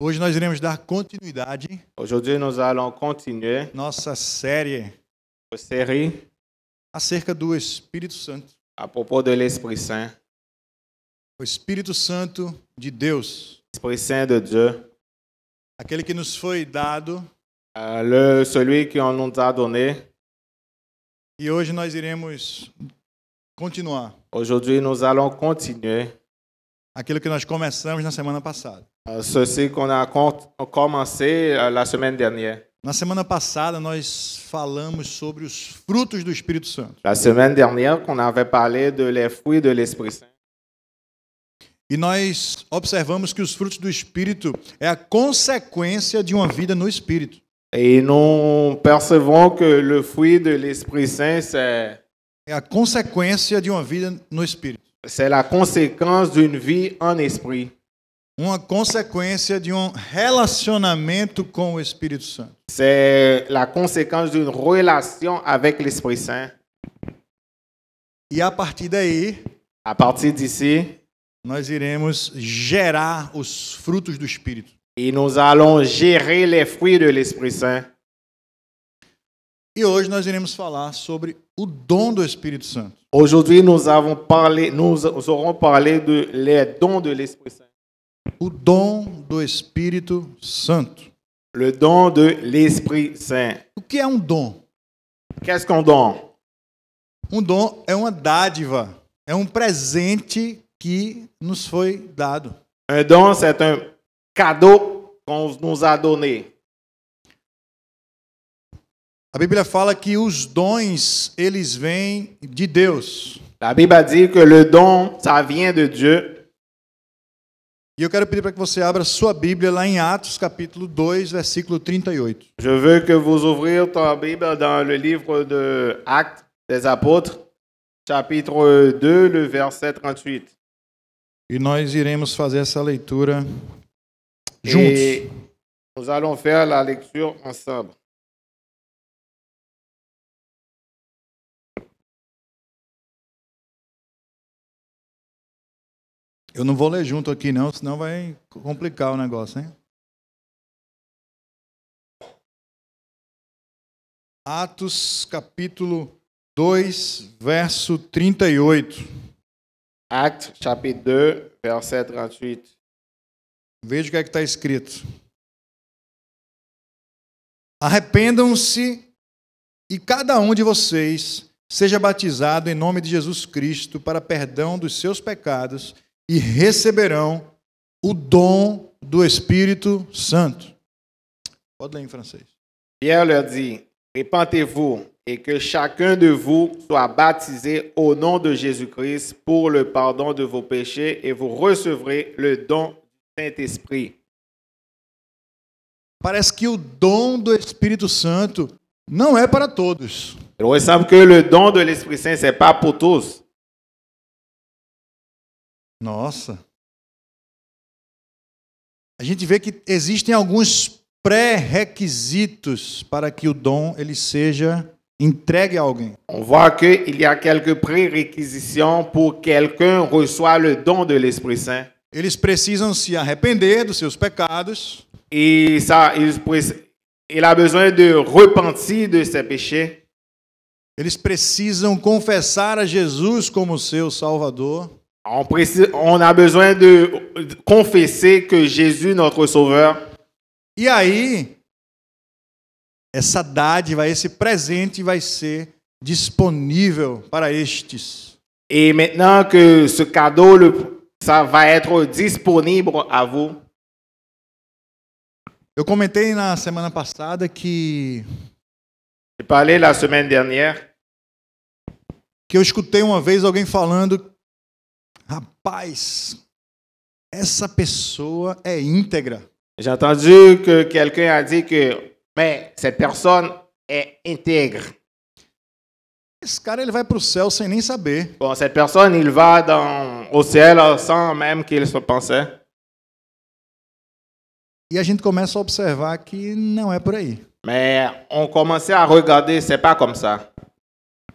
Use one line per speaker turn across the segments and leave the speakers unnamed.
Hoje nós iremos dar continuidade
Aujourd'hui, nous allons continuer
à nossa série
aux séries
acerca do Espírito Santo.
à propos de l'Esprit Saint,
O Espírito Santo de Deus,
l'Esprit Saint de Dieu,
aquele que nos foi dado,
euh, le, celui qu'on nous a donné.
e hoje nós iremos continuar
Aujourd'hui, nous allons continuer
aquilo que nós começamos na semana passada.
euh, ceci qu'on a con- commencé euh, la semaine dernière.
Na semana passada nós falamos sobre os frutos do Espírito Santo.
La semaine dernière, qu'on avait parlé de les fruits de l'Esprit Saint.
E nós observamos que os frutos do Espírito é a consequência de uma vida no Espírito.
Et nous percevons que le fruit de l'Esprit Saint, c'est
É a consequência de uma vida no Espírito.
c'est la conséquence d'une vie en esprit.
uma consequência de um relacionamento com o Espírito Santo.
C'est la conséquence d'une relation avec l'Esprit Saint.
E a partir daí,
À partir d'ici,
nós iremos gerar os frutos do Espírito.
et nous allons gérer les fruits de l'Esprit Saint.
E hoje nós iremos falar sobre o dom do Espírito Santo.
Aujourd'hui, nous avons parlé, nous aurons parlé de les dons de l'Esprit Saint.
O dom do Espírito Santo.
Le don de l'Esprit Saint.
O que é um dom?
Qu'est-ce qu'on donne
Um dom é uma dádiva, é um presente que nos foi dado.
Un don, c'est un cadeau qu'on nous a donné.
A Bíblia fala que os dons, eles vêm de Deus.
La Bible a dit que le don, ça vient de Dieu.
E eu quero pedir para que você abra sua Bíblia lá em Atos, capítulo 2, versículo 38.
Je veux que vous ouvriez ta Bible dans le livre de Actes des Apôtres, chapitre 2, le verset 38.
E nós iremos fazer essa leitura juntos.
Et nous allons faire la lecture ensemble.
Eu não vou ler junto aqui não, senão vai complicar o negócio, hein? Atos, capítulo 2, verso 38.
Actes, chapitre 2, verset 38.
Veja o que é que está escrito. Arrependam-se e cada um de vocês seja batizado em nome de Jesus Cristo para perdão dos seus pecados e receberão o dom do Espírito Santo. Pode ler em francês.
Pierre leur dit, Répentez-vous et que chacun de vous soit baptisé au nom de Jésus-Christ pour le pardon de vos péchés et vous recevrez le don du Saint-Esprit.
Parece que o dom do Espírito Santo não é para todos.
Il ressemble que le don de l'Esprit Saint, c'est pas pour tous.
Nossa. A gente vê que existem alguns pré-requisitos para que o dom ele seja entregue a alguém.
On voit qu'il y a quelques préréquisitions pour quelqu'un reçoit le don de l'Esprit Saint.
Eles precisam se arrepender dos seus pecados,
Et ça, il, pré- il a besoin de repentir de ses péchés.
eles precisam confessar a Jesus como seu Salvador,
On, précise- on a besoin de de confesser que Jésus, notre Sauveur,
e aí essa dádiva, esse presente vai ser disponível para estes.
et maintenant que ce cadeau, le- ça va être disponible à vous.
Eu comentei na semana passada que
J'ai parlé la semaine dernière
que eu escutei uma vez alguém falando: rapaz, essa pessoa é íntegra.
J'ai entendu que quelqu'un a dit que, mais cette personne est intègre.
Esse cara ele vai para o céu sem nem saber.
Bon, cette personne, il va dans, au ciel sans même qu'il se pensait.
E a gente começa a observar que não é por aí.
Mais on commençait à regarder, c'est pas comme ça.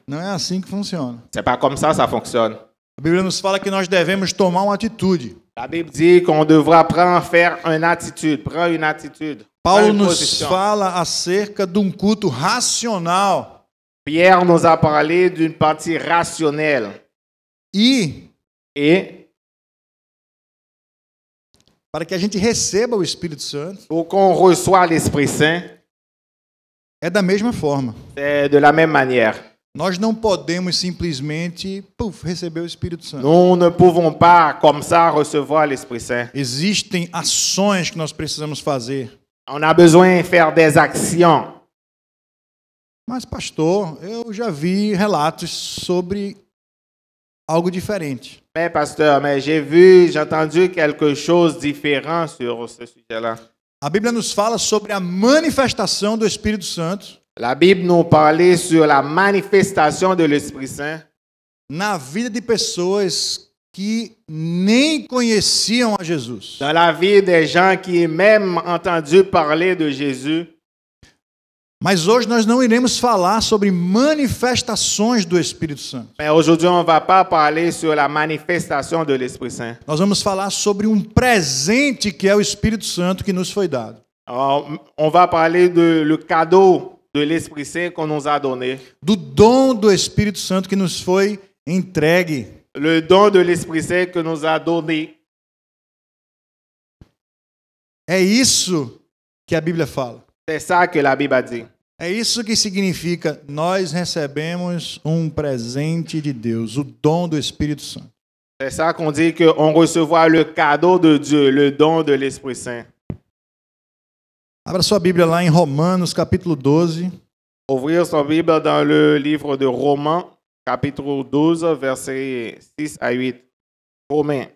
Não é assim que funciona.
C'est pas comme ça, ça fonctionne.
A A Bíblia nos fala que nós devemos tomar uma atitude.
La Bible dit qu'on devra prendre, faire une attitude, prendre une attitude. prendre
Paulo
une
nos
position.
fala acerca de um culto racional
Pierre nous a parlé d'une partie rationnelle
e
et
para que a gente receba o Espírito Santo
pour qu'on reçoive l'Esprit Saint,
é da mesma forma.
c'est de la même manière.
Nós não podemos simplesmente puf, receber o Espírito Santo.
Nous ne pouvons pas comme ça recevoir l'Esprit Saint.
Existem ações que nós precisamos fazer.
On a besoin de faire des actions.
Mas, pastor, eu já vi relatos sobre algo diferente.
Mais pasteur, mais j'ai vu, j'ai entendu quelque chose de différent sur ce sujet-là.
A Bíblia nos fala sobre a manifestação do Espírito Santo
La Bible nous parlait sur la manifestation de l'Esprit Saint
na vida de pessoas que nem conheciam a Jesus.
dans la vie des gens qui ont même entendu parler de Jésus.
Mas hoje nós não iremos falar sobre manifestações do Espírito Santo.
Mais aujourd'hui, on ne va pas parler sur la manifestation de l'Esprit Saint.
Nós vamos falar sobre um presente que é o Espírito Santo que nos foi dado.
On, on va parler de le cadeau de l'Esprit Saint qu'on nous a donné.
Do dom do Espírito Santo que nos foi entregue.
Le don de l'Esprit Saint que nous a donné.
É isso que a Bíblia fala.
C'est ça que la Bible a dit.
É isso que significa nós recebemos um presente de Deus, o dom do Espírito Santo.
C'est ça qu'on dit qu'on recevra le cadeau de Dieu, le don de l'Esprit Saint.
Abra sua Bíblia lá em Romanos, capítulo 12.
Ouvrir son Bible dans le livre de Romains, chapitre 12, versets 6 à 8. Romains.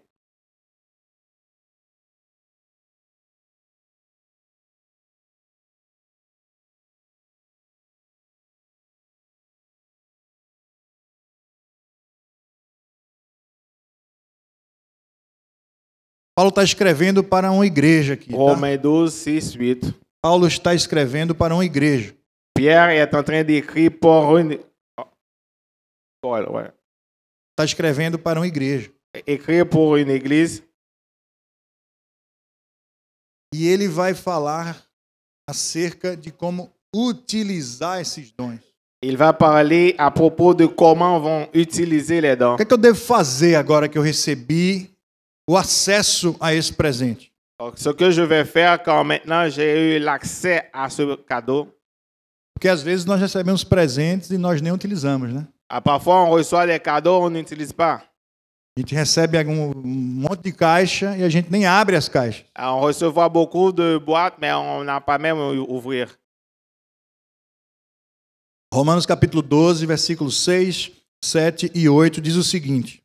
Paulo está escrevendo para uma igreja aqui. tá?
Romains 12, 6, 8.
Paulo está escrevendo para uma igreja.
Pierre est en train d'écrire pour une... Ah. Paul, ouais.
Está tá escrevendo para uma igreja.
Écrire pour une église.
E ele vai falar acerca de como utilizar esses dons.
Il va parler à propos de comment vont utiliser les dons.
O que, é que eu devo fazer agora que eu recebi o acesso a esse presente?
Donc, ce que je vais faire quand maintenant j'ai eu l'accès à ce cadeau,
Porque às vezes nós recebemos presentes e nós nem utilizamos, né?
ah, parfois on reçoit les cadeaux, on n'utilise pas.
A gente recebe algum, um monte de caixa e a gente nem abre as caixas.
Ah, On reçoit beaucoup de boîtes, mais on n'a pas même ou- ouvrir.
Romanos capítulo 12, versículos 6, 7 e 8 diz o seguinte: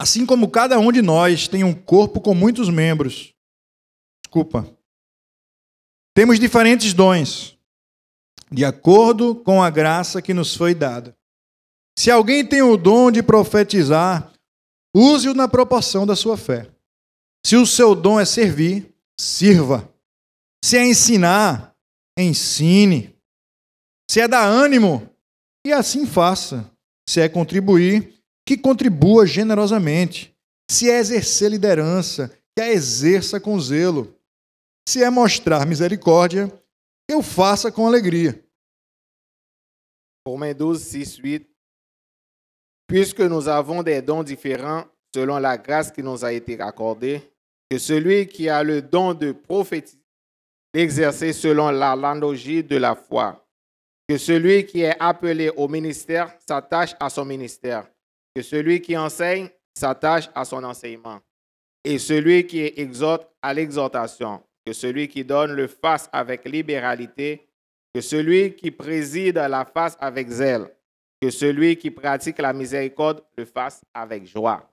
Assim como cada um de nós tem um corpo com muitos membros. Desculpa. Temos diferentes dons, de acordo com a graça que nos foi dada. Se alguém tem o dom de profetizar, use-o na proporção da sua fé. Se o seu dom é servir, sirva. Se é ensinar, ensine. Se é dar ânimo, e assim faça. Se é contribuir, que contribua generosamente. Se é exercer liderança, que a exerça com zelo. Se é mostrar misericórdia, que o faça com alegria.
Romains 12, 6, 8. Puisque nous avons des dons différents selon la grâce qui nous a été accordée, que celui qui a le don de prophétiser l'exercer selon l'analogie de la foi, que celui qui est appelé au ministère s'attache à son ministère, que celui qui enseigne s'attache à son enseignement, et celui qui exhorte à l'exhortation, que celui qui donne le fasse avec libéralité, que celui qui préside la fasse avec zèle, que celui qui pratique la miséricorde le fasse avec joie.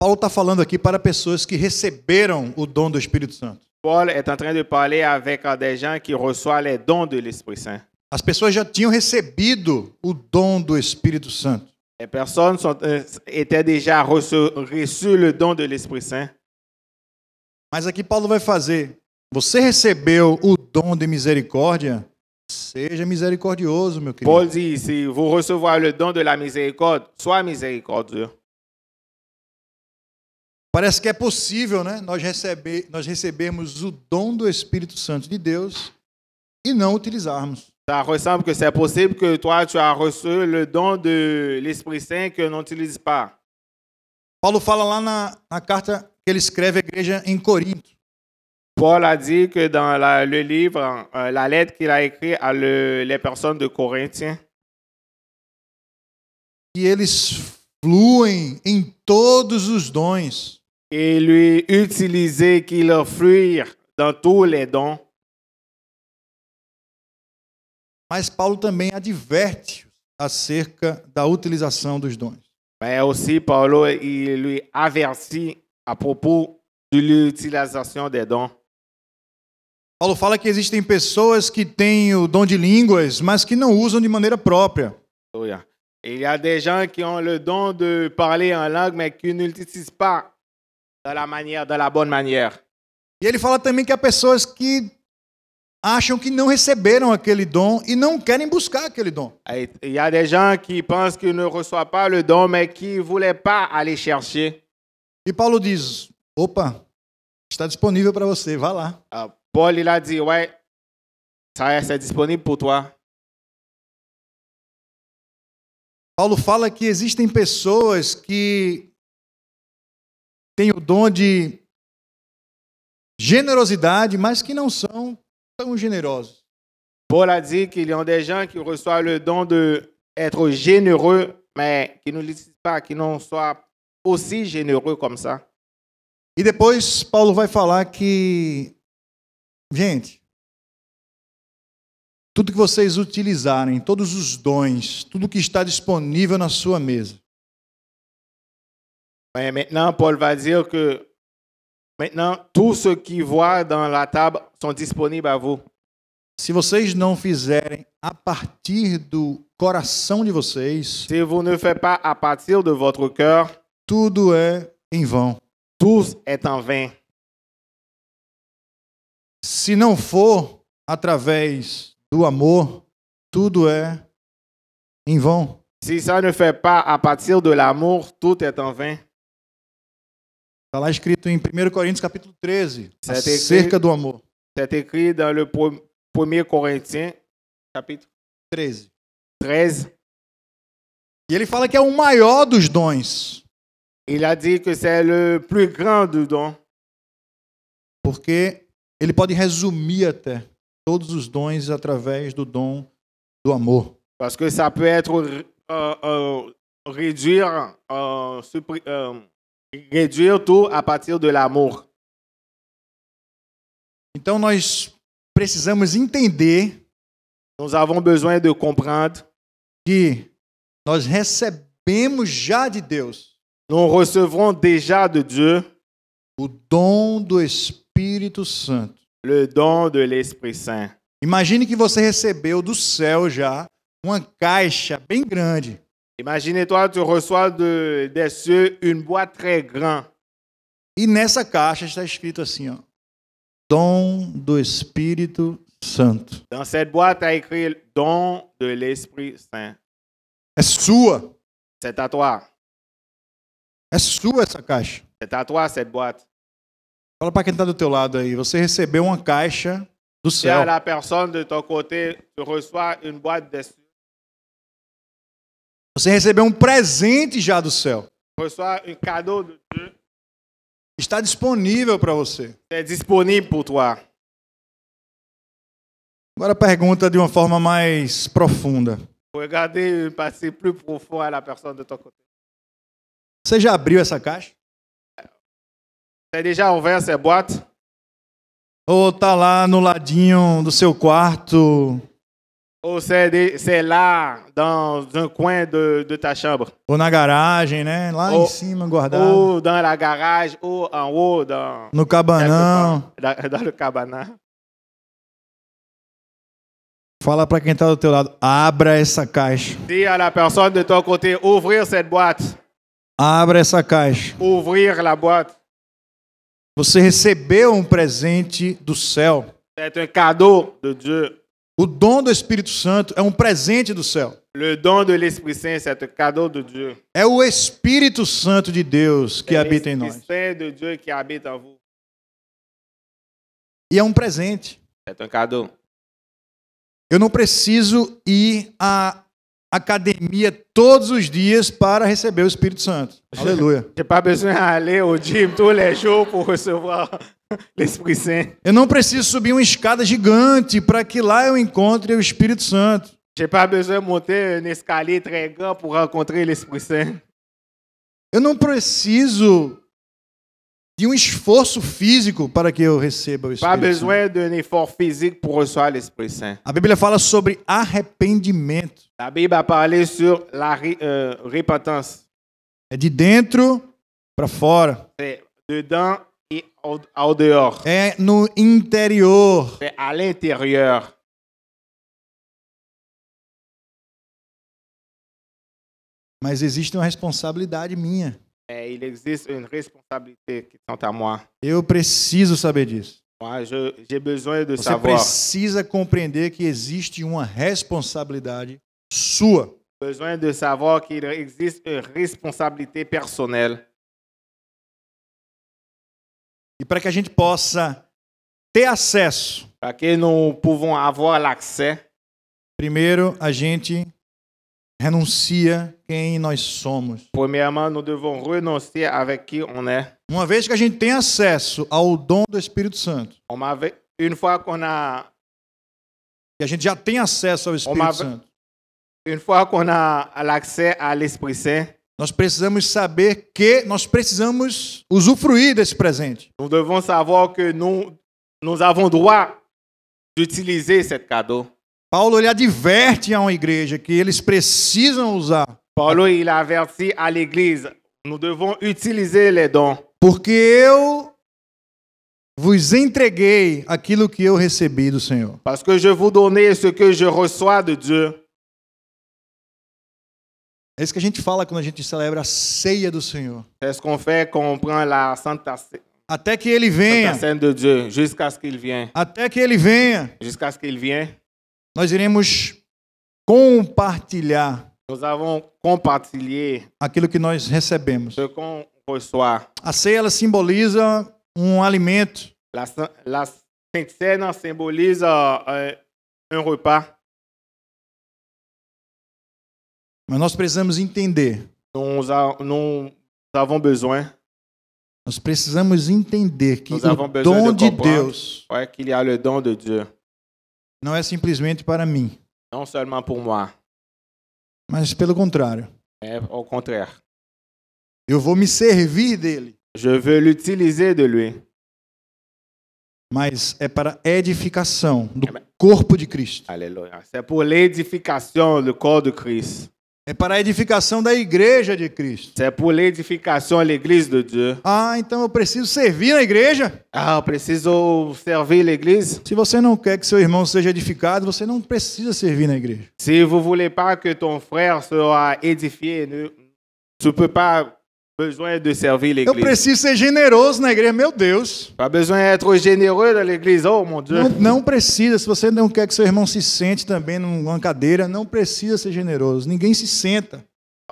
Paulo está falando aqui para pessoas que receberam o dom do Espírito Santo.
Paul est en train de parler avec euh, des gens qui reçoivent les dons de l'Esprit Saint.
As pessoas já tinham recebido o dom do Espírito Santo.
Les personnes sont, euh, étaient déjà reçu, reçu le don de l'Esprit Saint.
Mas aqui Paulo vai fazer. Você recebeu o dom de misericórdia? Seja misericordioso, meu querido.
Paul dit ici, vous recevoir le don de la miséricorde, sois miséricordieux.
Parece que é possível, né? Nós, receber, nós recebemos o dom do Espírito Santo de Deus e não utilizarmos.
Ça ressemble que c'est possible que toi, tu as reçu le don de l'Esprit Saint que n'on n'utilise pas.
Paulo fala lá na, na carta que ele escreve à igreja em Corinto.
Paul a dit que dans la- le livre, euh, la lettre qu'il a écrite à le- les personnes de Corinthiens,
que eles fluem em todos os dons,
et lui utiliser, qu'il offrit dans tous les dons.
mas Paulo também adverte acerca da utilização dos dons.
Mais aussi, Paulo, il lui avertit à propos de l'utilisation des dons.
Paulo fala que existem pessoas que têm o dom de línguas, mas que não usam de maneira própria.
Alléluia. Il y a des gens qui ont le don de parler en langue, mais qui ne l'utilisent pas de la manière, de la bonne manière.
E ele fala também que há pessoas que acham que não receberam aquele dom e não querem buscar aquele dom.
Et Il y a des gens qui pensent qu'ils ne reçoivent pas le don, mais qui ne voulaient pas aller chercher.
E Paulo diz: opa, está disponível para você, vá lá.
Euh, Paul, il a dit, ouais, ça c'est disponible pour toi.
Paulo fala que existem pessoas que têm o dom de generosidade, mas que não são tão generosos.
Paul a dit qu'il y a des gens qui reçoivent le don d'être généreux, mais qui ne l'utilisent pas, qui n'en soient aussi généreux comme ça.
E depois Paulo vai falar que, gente, tudo que vocês utilizarem, todos os dons, tudo que está disponível na sua mesa,
Mais maintenant, Paul va dire que maintenant, tous ceux qui voient dans la table sont disponibles à vous.
se vocês não fizerem a partir do coração de vocês,
Si vous ne faites pas à partir de votre cœur,
tudo é em vão.
tout est en vain.
se não for através do amor, tudo é em vão.
Si ça ne fait pas à partir de l'amour, tout est en vain.
Está Tá lá escrito em 1 Coríntios capítulo 13,
Certo.
acerca do amor.
C'est écrit dans le 1er Corinthiens, chapitre
13.
13.
E ele fala que é o maior dos dons,
Il a dit que c'est le plus grand du don,
porque ele pode resumir até todos os dons através do dom do amor.
parce que ça peut être euh, euh, réduire, euh, suppri- euh, réduire tout à partir de l'amour.
Então nós precisamos entender
Nous avons besoin de comprendre.
que nós recebemos já de Deus
Nous recevrons déjà de Dieu
o dom do Espírito Santo.
le don de l'Esprit Saint.
Imagine que você recebeu do céu já uma caixa bem grande.
Imaginez-toi, tu reçois de, des cieux une boîte très grande.
E nessa caixa está escrito assim, ó: Dom do Espírito Santo.
Dans cette boîte, tu as écrit le don de l'Esprit Saint.
É sua,
C'est à toi.
é sua essa caixa.
C'est à toi cette boîte.
Fala para quem está do teu lado aí, você recebeu uma caixa do
Si à
céu.
la personne de ton côté, tu reçois une boîte des cieux,
Você recebeu um presente já do céu.
tu reçois un cadeau de Dieu.
Está disponível para você.
C'est disponible pour toi.
Agora pergunta de uma forma mais profunda.
Regardez une partie plus profonde à la personne de ton côté.
Você já abriu essa caixa?
Tu as déjà ouvert cette boîte?
Ou tá lá no ladinho do seu quarto,
Oh, c'est des- c'est là, dans un coin de, de ta chambre.
Ou na garagem, né? Lá
Ou-
em cima, guardado.
Ou dans la garage, ou en haut, dans,
no
é,
cabanão.
dans, dans le cabana.
Fala pra quem tá do teu lado. Abra essa caixa.
Dis à la personne de ton côté, ouvrir cette boîte.
Abra essa caixa.
Ouvrir la boîte.
Você recebeu um presente do céu.
C'est un cadeau de Dieu.
O dom do Espírito Santo é um presente do céu.
Le don de l'Esprit Saint, c'est un cadeau de Dieu.
É o Espírito Santo de Deus que
C'est
habita em nós.
L'Esprit Saint de Dieu qui habite en vous.
E é um presente.
C'est un cadeau.
Eu não preciso ir à academia todos os dias para receber o Espírito Santo. Aleluia.
J'ai pas besoin d'aller au gym tous les jours pour recevoir l'Esprit Saint.
Eu não preciso subir uma escada gigante para que lá eu encontre o Espírito Santo.
J'ai pas besoin de monter un escalier très grand pour rencontrer l'Esprit Saint.
Eu não preciso de um esforço físico para que eu receba o
Pas
Espírito Santo.
besoin d'un effort physique pour recevoir l'Esprit Saint.
A Bíblia fala sobre arrependimento.
La Bible a parlé sur la ré- euh, repentance.
É de dentro para fora.
C'est dedans et au- en dehors.
É no interior.
C'est à l'intérieur.
Mas existe uma responsabilidade minha.
Mais il existe une responsabilité qui est à moi.
Eu preciso saber disso.
Moi, je- j'ai besoin de
Você
savoir.
precisa compreender que existe uma responsabilidade sua.
besoin de savoir qu'il existe une responsabilité personnelle.
E para que a gente possa ter acesso,
Parce que nous pouvons avoir l'accès.
primeiro a gente renuncia quem nós somos.
Premièrement, nous devons renoncer avec qui on est.
Uma vez que a gente tem acesso ao dom do Espírito Santo,
On m'avait, une fois qu'on a,
que a gente já tem acesso ao Espírito
Uma-
Santo,
une fois qu'on a l'accès à l'Esprit Saint,
nós precisamos saber que nós precisamos usufruir desse presente.
nous devons savoir que nous, nous avons droit d'utiliser ce cadeau.
Paulo ele adverte a uma igreja que eles precisam usar,
Paulo, il avertit à l'Église, nous devons utiliser les dons.
porque eu vos entreguei aquilo que eu recebi do Senhor.
Parce que je vous donner ce que je reçois de Dieu.
É isso que a gente fala quando a gente celebra a ceia do Senhor.
C'est ce qu'on fait quand on prend la Santa, Santa
Até que ele venha,
Seine de Dieu jusqu'à ce qu'il vienne.
até que ele venha,
Jusqu'à ce qu'il vienne,
nós iremos compartilhar
nous avons compartilé
aquilo que nós recebemos.
ce qu'on reçoit.
A ceia ela simboliza um alimento
La, Saint- la Sainte Seine symbolise euh, euh, un repas.
Mas nós precisamos entender,
Nous, a- nous avons besoin
nós precisamos entender que
Nós
o
avons besoin
dom
um de
de
compreender.
Deus
ouais, qu'il y a le don de Dieu,
não é simplesmente para mim,
non seulement pour moi,
mas pelo contrário,
mais au contraire.
eu vou me servir dele,
Je veux l'utiliser de lui,
mas é para edificação do
Amém.
corpo de Cristo.
Alléluia. c'est pour l'édification du corps de Christ,
É para a edificação da igreja de Cristo.
c'est pour l'édification de l'Église de Dieu.
Ah, então eu preciso servir na igreja?
Ah, preciso servir l'Église.
Se você não quer que seu irmão seja edificado, você não precisa servir na igreja.
Si vous voulez pas que ton frère soit édifié, ne- tu peux pas besoin de servir
Eu
l'Église.
preciso ser generoso na igreja, meu Deus.
Pas besoin d'être généreux dans l'Église. Oh mon Dieu.
Não, não precisa, se você não quer que seu irmão se sente também numa cadeira, não precisa ser generoso. Ninguém se senta.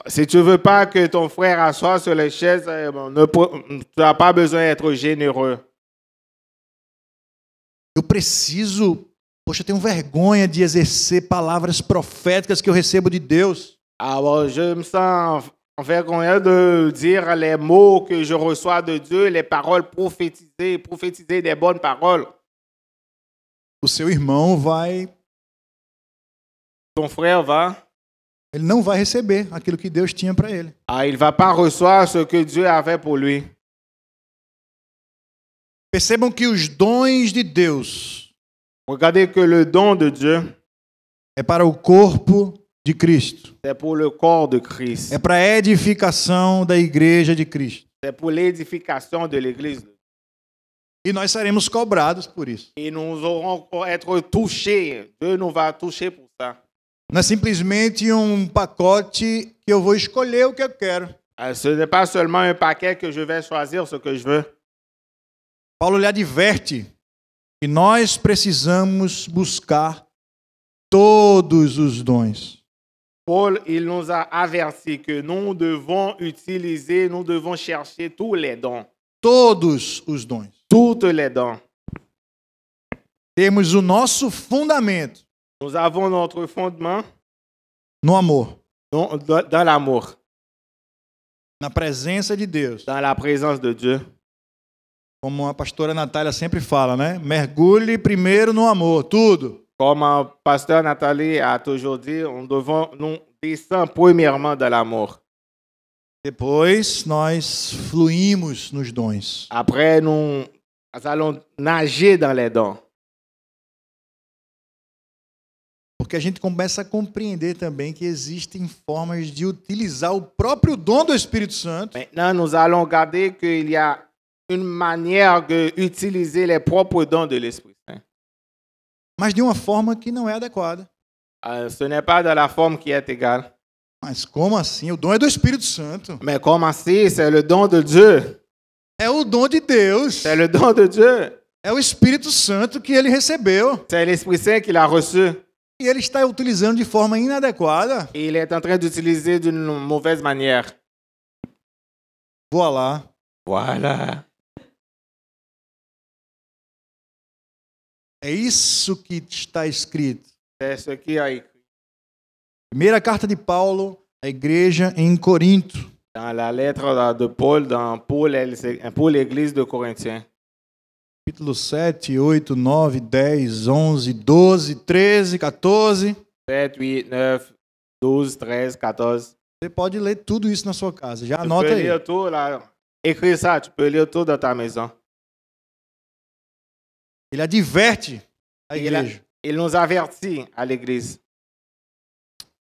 Si tu veux pas que ton frère assoie sur les chaises, eh ben, ne pro- tu n'as pas besoin d'être généreux.
Eu preciso, poxa, eu tenho vergonha de exercer palavras proféticas que eu recebo de Deus.
Alors, je me sens vergogneux de dire les mots que je reçois de Dieu, les paroles prophétisées, prophétiser des bonnes paroles.
O seu irmão vai,
Ton frère va
ele não vai receber aquilo que Deus tinha para ele.
Ah, il va pas recevoir ce que Dieu avait pour lui.
Percebam que os dons de Deus
Regardez que le don de Dieu,
é para o corpo de Cristo.
c'est pour le corps de Christ.
É para a edificação da igreja de Cristo.
C'est pour l'édification de l'Église.
E nós seremos cobrados por isso.
Et nous aurons pour être touchés. Dieu nous va toucher pour ça.
Não é simplesmente um pacote que eu vou escolher o que eu quero.
Euh, Ce n'est pas seulement un paquet que je vais choisir ce que je veux.
Paulo lhe adverte que nós precisamos buscar todos os dons.
Paul, il nous a averti que nous devons utiliser, nous devons chercher tous les dons.
Todos os dons.
Toutes les dons.
Temos o nosso fundamento
Nous avons notre fondement
no amor,
dans, dans- dans l'amour,
na presença de Deus.
dans la présence de Dieu.
Como a pastora Natália sempre fala, né? Mergulhe primeiro no amor, tudo.
Comme euh, pasteur Nathalie a toujours dit, nous devons nous descendre premièrement dans l'amour.
Depois nós fluímos nos dons.
Après, nous allons nager dans les dons.
Porque a gente começa a compreender também que existem formas de utilizar o próprio dom do Espírito Santo
Maintenant, nous allons regarder qu'il y a une manière d'utiliser les propres dons de l'Esprit Saint.
mas de uma forma que não é adequada.
Euh, ce n'est pas dans la forme qui est égale.
Mas como assim? O dom é do Espírito Santo.
Mais comment c'est? C'est le don de Dieu.
É o dom de Deus.
C'est le don de Dieu.
É o Espírito Santo que ele recebeu.
C'est l'Esprit Saint qui l'a reçu.
E ele está utilizando de forma inadequada.
Et il est en train d'utiliser d'une mauvaise manière.
Voa lá.
Voilà.
É isso que está escrito.
C'est ce qu'il a écrit
Primeira carta de Paulo à igreja em Corinto.
dans la lettre de Paul, dans pour les- pour l'Église de Corinthiens.
Capítulo 7, 8, 9, 10, 11, 12, 13, 14.
7, 8, 9, 12, 13, 14.
Você pode ler tudo isso na sua casa. Já
Tu
anota
peux
aí.
lire tout là. Écris ça, tu peux lire tout dans ta maison.
Ele adverte a
Ele-
igreja.
Il nous avertit à l'Église.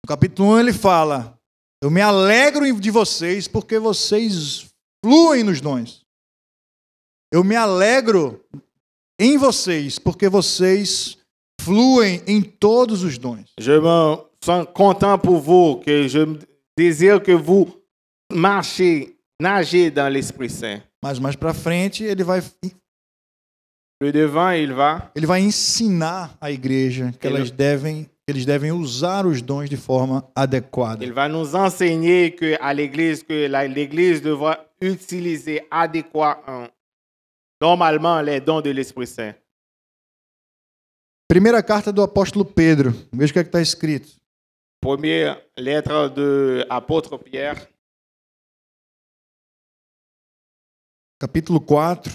No capítulo 1 ele fala: Eu me alegro de vocês porque vocês fluem nos dons. Eu me alegro em vocês porque vocês fluem em todos os dons.
Je me sens content pour vous, que je me- désire que vous marchez, nagez dans l'Esprit Saint.
Mas mais para frente ele vai
Le devant, il va,
ele vai ensinar a igreja que
Ele-
elas devem que eles devem usar os dons de forma adequada.
il va nous enseigner que, à l'Église que la- l'Église devra utiliser adéquatement, normalement, les dons de l'Esprit Saint.
Primeira carta do apóstolo Pedro. Veja o que é que está escrito.
Première lettre de l'apôtre Pierre,
Capítulo 4,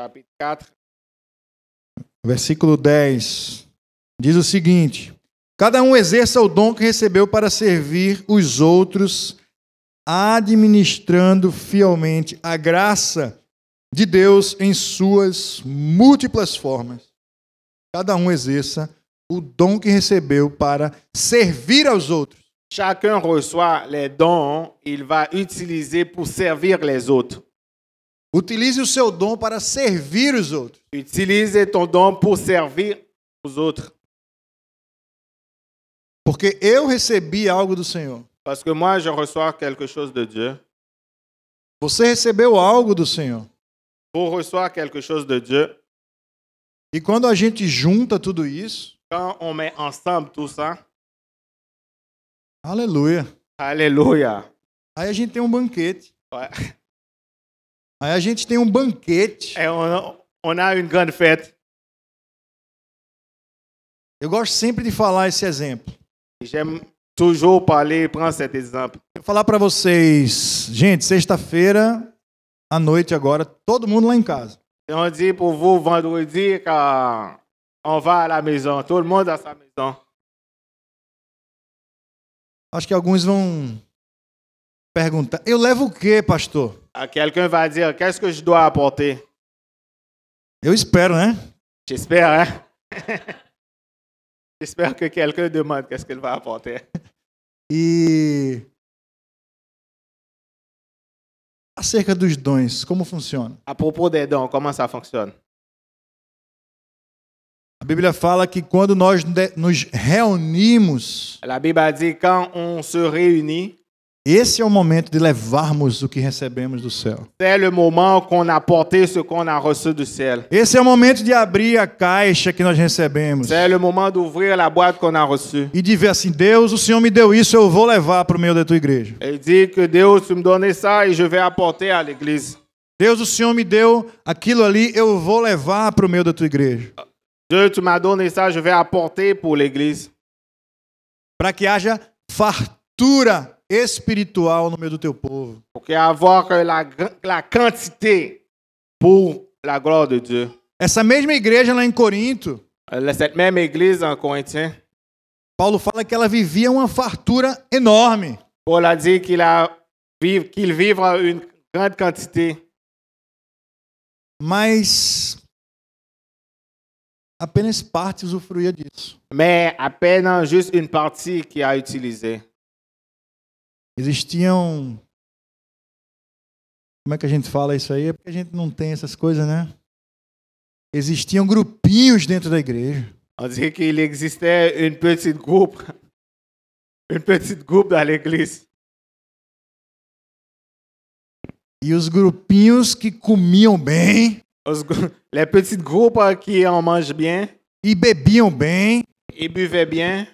chapitre 4.
versículo 10, diz o seguinte: Cada um exerça o dom que recebeu para servir os outros, administrando fielmente a graça de Deus em suas múltiplas formas. Cada um exerça o dom que recebeu para servir aos outros.
Chacun reçoit les dons, il va utiliser pour servir les autres.
Utilize o seu dom para servir os outros.
Utilise ton don pour servir aux autres.
Porque eu recebi algo do Senhor.
Parce que moi, je reçois quelque chose de Dieu.
Você recebeu algo do Senhor.
Vous reçoit quelque chose de Dieu.
E quando a gente junta tudo isso,
Quand on met ensemble tout ça,
Aleluia.
Alléluia.
Aí a gente tem um banquete.
Ouais.
Aí a gente tem um banquete.
Et on, on a une grande fête.
Eu gosto sempre de falar esse exemplo.
J'aime toujours parler, prendre cet exemple.
Eu falar para vocês, gente, sexta-feira à noite agora, todo mundo lá em casa.
Et on dit pour vous, vendredi, quand on va à la maison, tout le monde à sa maison.
Acho que alguns vão perguntar: "Eu levo o quê, pastor?"
Ah, Quelqu'un va dire, qu'est-ce que je dois apporter?
Eu espero, né?
J'espère, hein? J'espère que quelqu'un demande qu'est-ce qu'il va apporter.
E acerca dos dons, como funciona?
À propos des dons, comment ça fonctionne?
A Bíblia fala que quando nós de- nos reunimos
La Bible a dit quand on se réunit,
Esse é o momento de levarmos o que recebemos do céu.
C'est le moment qu'on a porté ce qu'on a reçu du ciel.
Esse é o momento de abrir a caixa que nós recebemos
C'est le moment d'ouvrir la boîte qu'on a reçue.
e de ver assim: Deus, o Senhor me deu isso, eu vou levar para o meio da tua igreja.
Il dit que Dieu, tu me donnais ça et je vais apporter à l'église.
Deus, o Senhor me deu aquilo ali, eu vou levar para o meio da tua igreja.
Dieu, tu m'as donné ça, je vais apporter pour l'église.
Para que haja fartura espiritual no meio do teu povo.
Pour qu'il y ait avoir euh, la, gr- la quantité pour la gloire de Dieu.
Essa mesma igreja lá em Corinto,
Euh, Cette même église en Corinthiens,
Paulo fala que ela vivia uma fartura enorme.
Paul a dit qu'il a vive- qu'il vivra une grande quantité.
mas apenas parte usufruía disso.
Mais à peine hein, juste une partie qui a utilisé.
Existiam. Como é que a gente fala isso aí? É porque a gente não tem essas coisas, né? Existiam grupinhos dentro da igreja.
On dirait qu'il existait une petite groupe, une petite groupe dans l'église.
E os grupinhos que comiam bem
Os grou- Les petits groupes hein, qui en mangent bien,
e bebiam bem.
ils buvaient bien.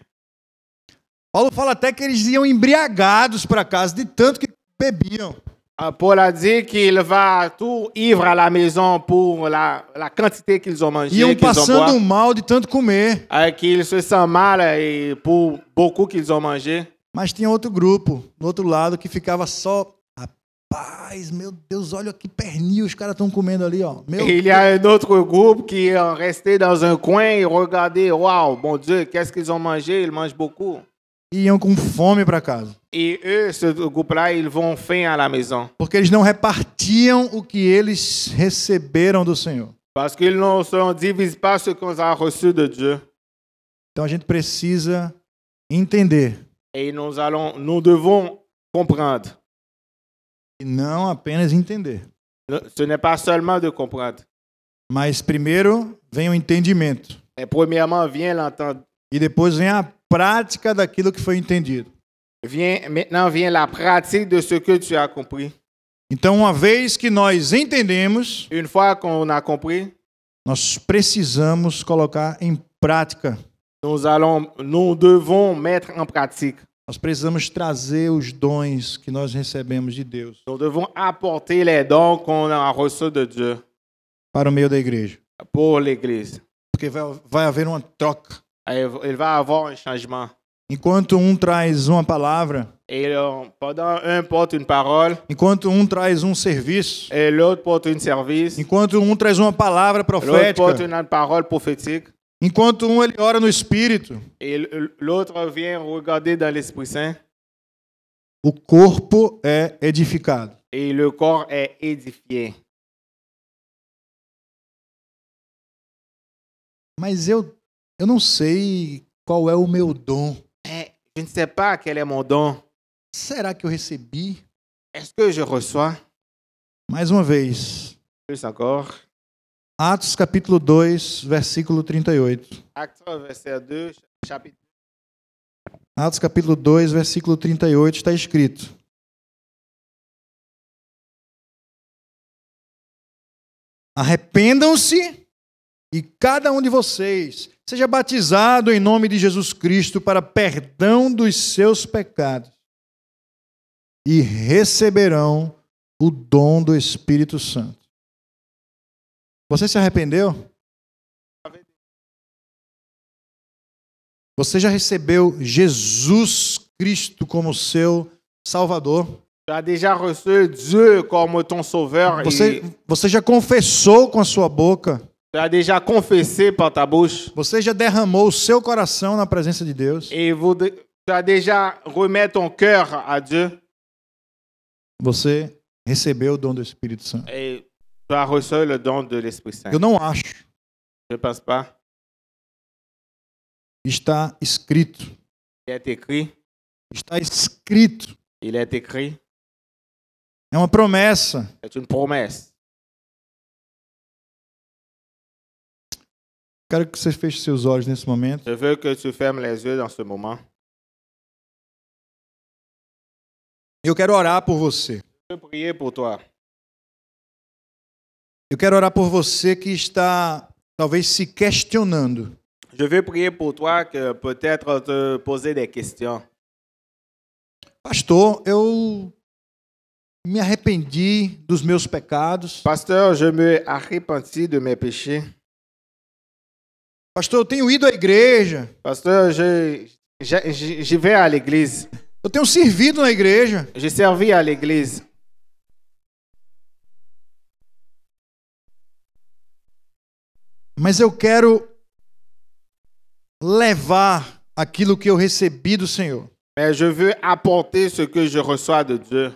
Paulo fala até que eles iam embriagados para casa, de tanto que bebiam.
Ah, Paul a dit qu'il va tout ivre à la maison pour la, la quantité qu'ils ont mangé,
Iam
qu'ils ont boit.
passando mal de tanto comer.
Ah, qu'ils se sentent mal euh, et pour beaucoup qu'ils ont mangé.
Mas tinha outro grupo, do outro lado, que ficava só. Rapaz, meu Deus, olha que pernil os caras estão comendo ali, ó. Meu
Et il y a un autre groupe qui est resté dans un coin et regardait, waouh, bon Dieu, qu'est-ce qu'ils ont mangé? Ils mangent beaucoup.
Iam com fome para casa.
Et eux, ce groupe-là, ils vont faim à la maison
Porque eles não repartiam o que eles receberam do Senhor.
parce qu'ils ne se divisent pas ce qu'on a reçu de Dieu.
Então a gente precisa entender
Et nous allons, nous devons comprendre.
e não apenas entender.
Ce n'est pas seulement de comprendre.
Mas primeiro vem o entendimento
Mais premièrement, vient l'entendre.
e depois vem a prática daquilo que foi entendido.
Vient, maintenant vient la pratique de ce que tu as compris.
Então, uma vez que nós entendemos,
Une fois qu'on a compris,
nós precisamos colocar em prática
nous allons, nous devons mettre en pratique.
Nós precisamos trazer os dons que nós recebemos de Deus
Nous devons apporter les dons qu'on a reçus de Dieu
para o meio da igreja,
pour l'Église.
porque vai, vai haver uma troca.
Et Il va y avoir un changement.
Enquanto um traz uma palavra,
Et euh, pendant un porte une parole,
enquanto um traz um serviço,
et l'autre porte une service,
enquanto um traz uma palavra
l'autre porte
profética,
une autre parole prophétique,
enquanto um ele ora no espírito,
et l- l'autre vient regarder dans l'Esprit Saint,
o corpo é edificado.
et le corps est édifié.
Mas eu eu não sei qual é o meu dom.
Mais je ne sais pas quel est mon don.
Será que eu recebi?
Est-ce que je reçois
Mais uma vez,
plus encore?
Atos capítulo 2, versículo 38.
Acte verset 2, chapitre
Atos capítulo 2, versículo 38 está escrito: Arrependam-se e cada um de vocês seja batizado em nome de Jesus Cristo para perdão dos seus pecados e receberão o dom do Espírito Santo. Você se arrependeu? Você já recebeu Jesus Cristo como seu Salvador?
Tu as déjà reçu Dieu comme ton sauveur
Você,
et
você já confessou com a sua boca?
tu as déjà confessé par ta bouche
Você já derramou o seu coração na presença de Deus?
et vous- tu as déjà remis ton cœur à Dieu
Você recebeu o dom do Espírito Santo.
et tu as reçu le don de l'Esprit Saint.
Eu não acho.
Je ne pense pas.
Está escrito.
Il est écrit.
Está escrito.
Il est écrit.
É uma promessa.
C'est une promesse.
Quero que você feche seus olhos nesse momento.
Je veux que tu fermes les yeux dans ce moment.
Eu quero orar por você.
Je veux prier pour toi.
Eu quero orar por você que está talvez se questionando.
Je veux prier pour toi que peut-être te poser des questions.
Pastor, eu me arrependi dos meus pecados.
Pasteur, je me arrepentis de mes péchés.
Pastor, eu tenho ido à igreja.
Pasteur, je, je- je- je vais à l'église.
Eu tenho servido na igreja.
J'ai servi à l'église.
Mas eu quero levar aquilo que eu recebi do Senhor
Mais je veux apporter ce que je reçois de Dieu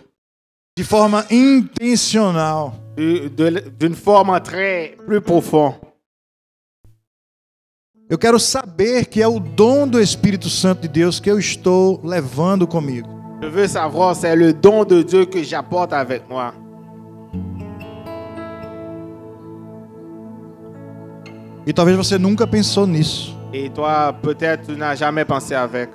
de forma intencional.
de- de- d'une forme très plus profonde.
Eu quero saber que é o dom do Espírito Santo de Deus que eu estou levando comigo.
Je veux savoir, c'est le don de Dieu que j'apporte avec moi.
E talvez você nunca pensou nisso.
Et toi, peut-être, tu n'as jamais pensé avec.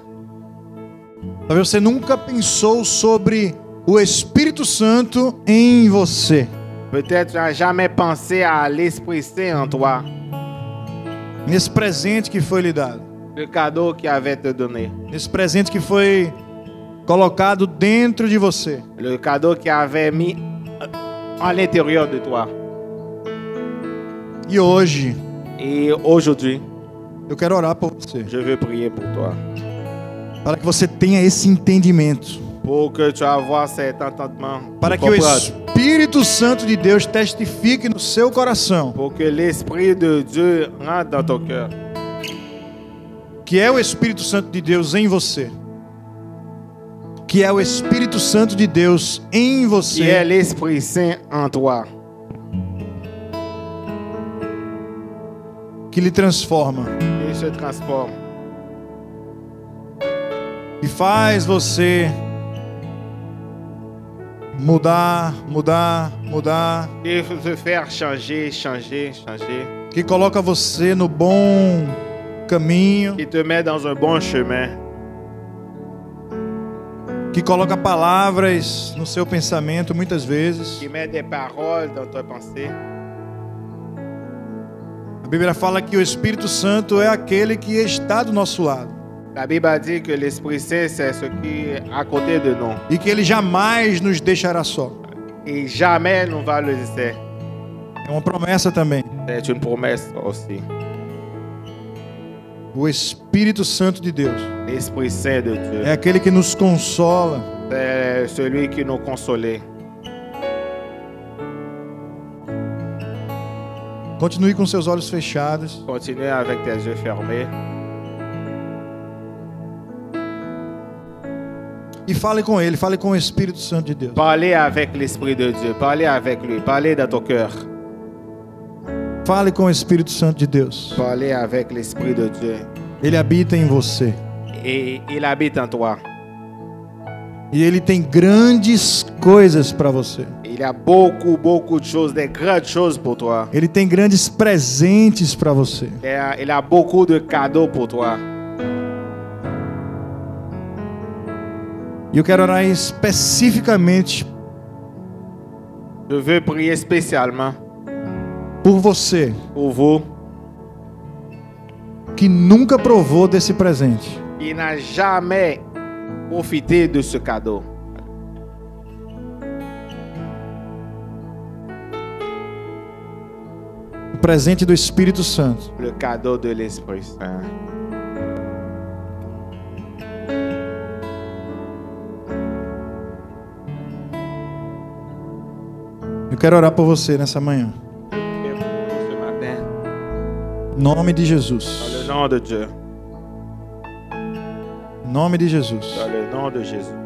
Talvez você nunca pensou sobre o Espírito Santo em você.
Peut-être, tu n'as jamais pensé à l'Esprit Saint en toi,
Nesse presente que foi lhe dado.
le cadeau qu'il avait te donné,
Nesse presente que foi colocado dentro de você.
le cadeau qu'il avait mis à l'intérieur de toi.
E hoje
Et aujourd'hui,
eu quero orar por você.
je veux prier pour toi,
Para que você tenha esse entendimento.
pour que tu avoir cet entendement,
Para que
pour
o
comprendre,
Espírito Santo de Deus testifique no seu coração
pour que l'Esprit de Dieu rentre dans ton cœur,
que é o Espírito Santo de Deus em você. Que é o Espírito Santo de Deus em
qui est
você.
l'Esprit Saint en toi,
Que lhe transforma.
qui se transforme,
E faz você mudar, mudar, mudar.
qui se faire changer, changer, changer.
Que coloca você no bom caminho.
qui te met dans un bon chemin,
Que coloca palavras no seu pensamento muitas vezes.
qui met des paroles dans ta pensée.
A Bíblia fala que o Espírito Santo é aquele que está do nosso lado.
La Bible a dit que l'Esprit Saint, c'est ce qui est à côté de nous.
E que ele jamais nos deixará só.
Et jamais nous va le laisser.
É uma promessa também.
C'est une promesse aussi.
O Espírito Santo de Deus
L'Esprit Saint de Dieu,
é aquele que nos consola,
c'est Euh, celui qui nous consolait.
continue com seus olhos fechados.
Continue avec tes yeux fermés
E fale com ele, fale com o Espírito Santo de Deus.
Parlez avec l'Esprit de Dieu. Parlez avec lui. Parlez dans ton cœur.
Fale com o Espírito Santo de Deus.
Parlez avec l'Esprit de Dieu.
Ele habita em você.
Et il habite en toi.
E ele tem grandes coisas para você.
Il a beaucoup, beaucoup de choses, des grandes choses pour toi.
Ele tem grandes presentes para você.
Il a- il a beaucoup de cadeaux pour toi.
E eu quero orar especificamente
Je veux prier spécialement
por você
pour vous
que nunca provou desse presente.
qui n'a jamais profité de ce cadeau.
O presente do Espírito Santo.
Le cadeau de l'Esprit Saint.
Eu quero orar por você nessa manhã.
Ce matin,
Em nome de Jesus.
dans le nom de Dieu,
Em nome de Jesus.
dans le nom de Jésus.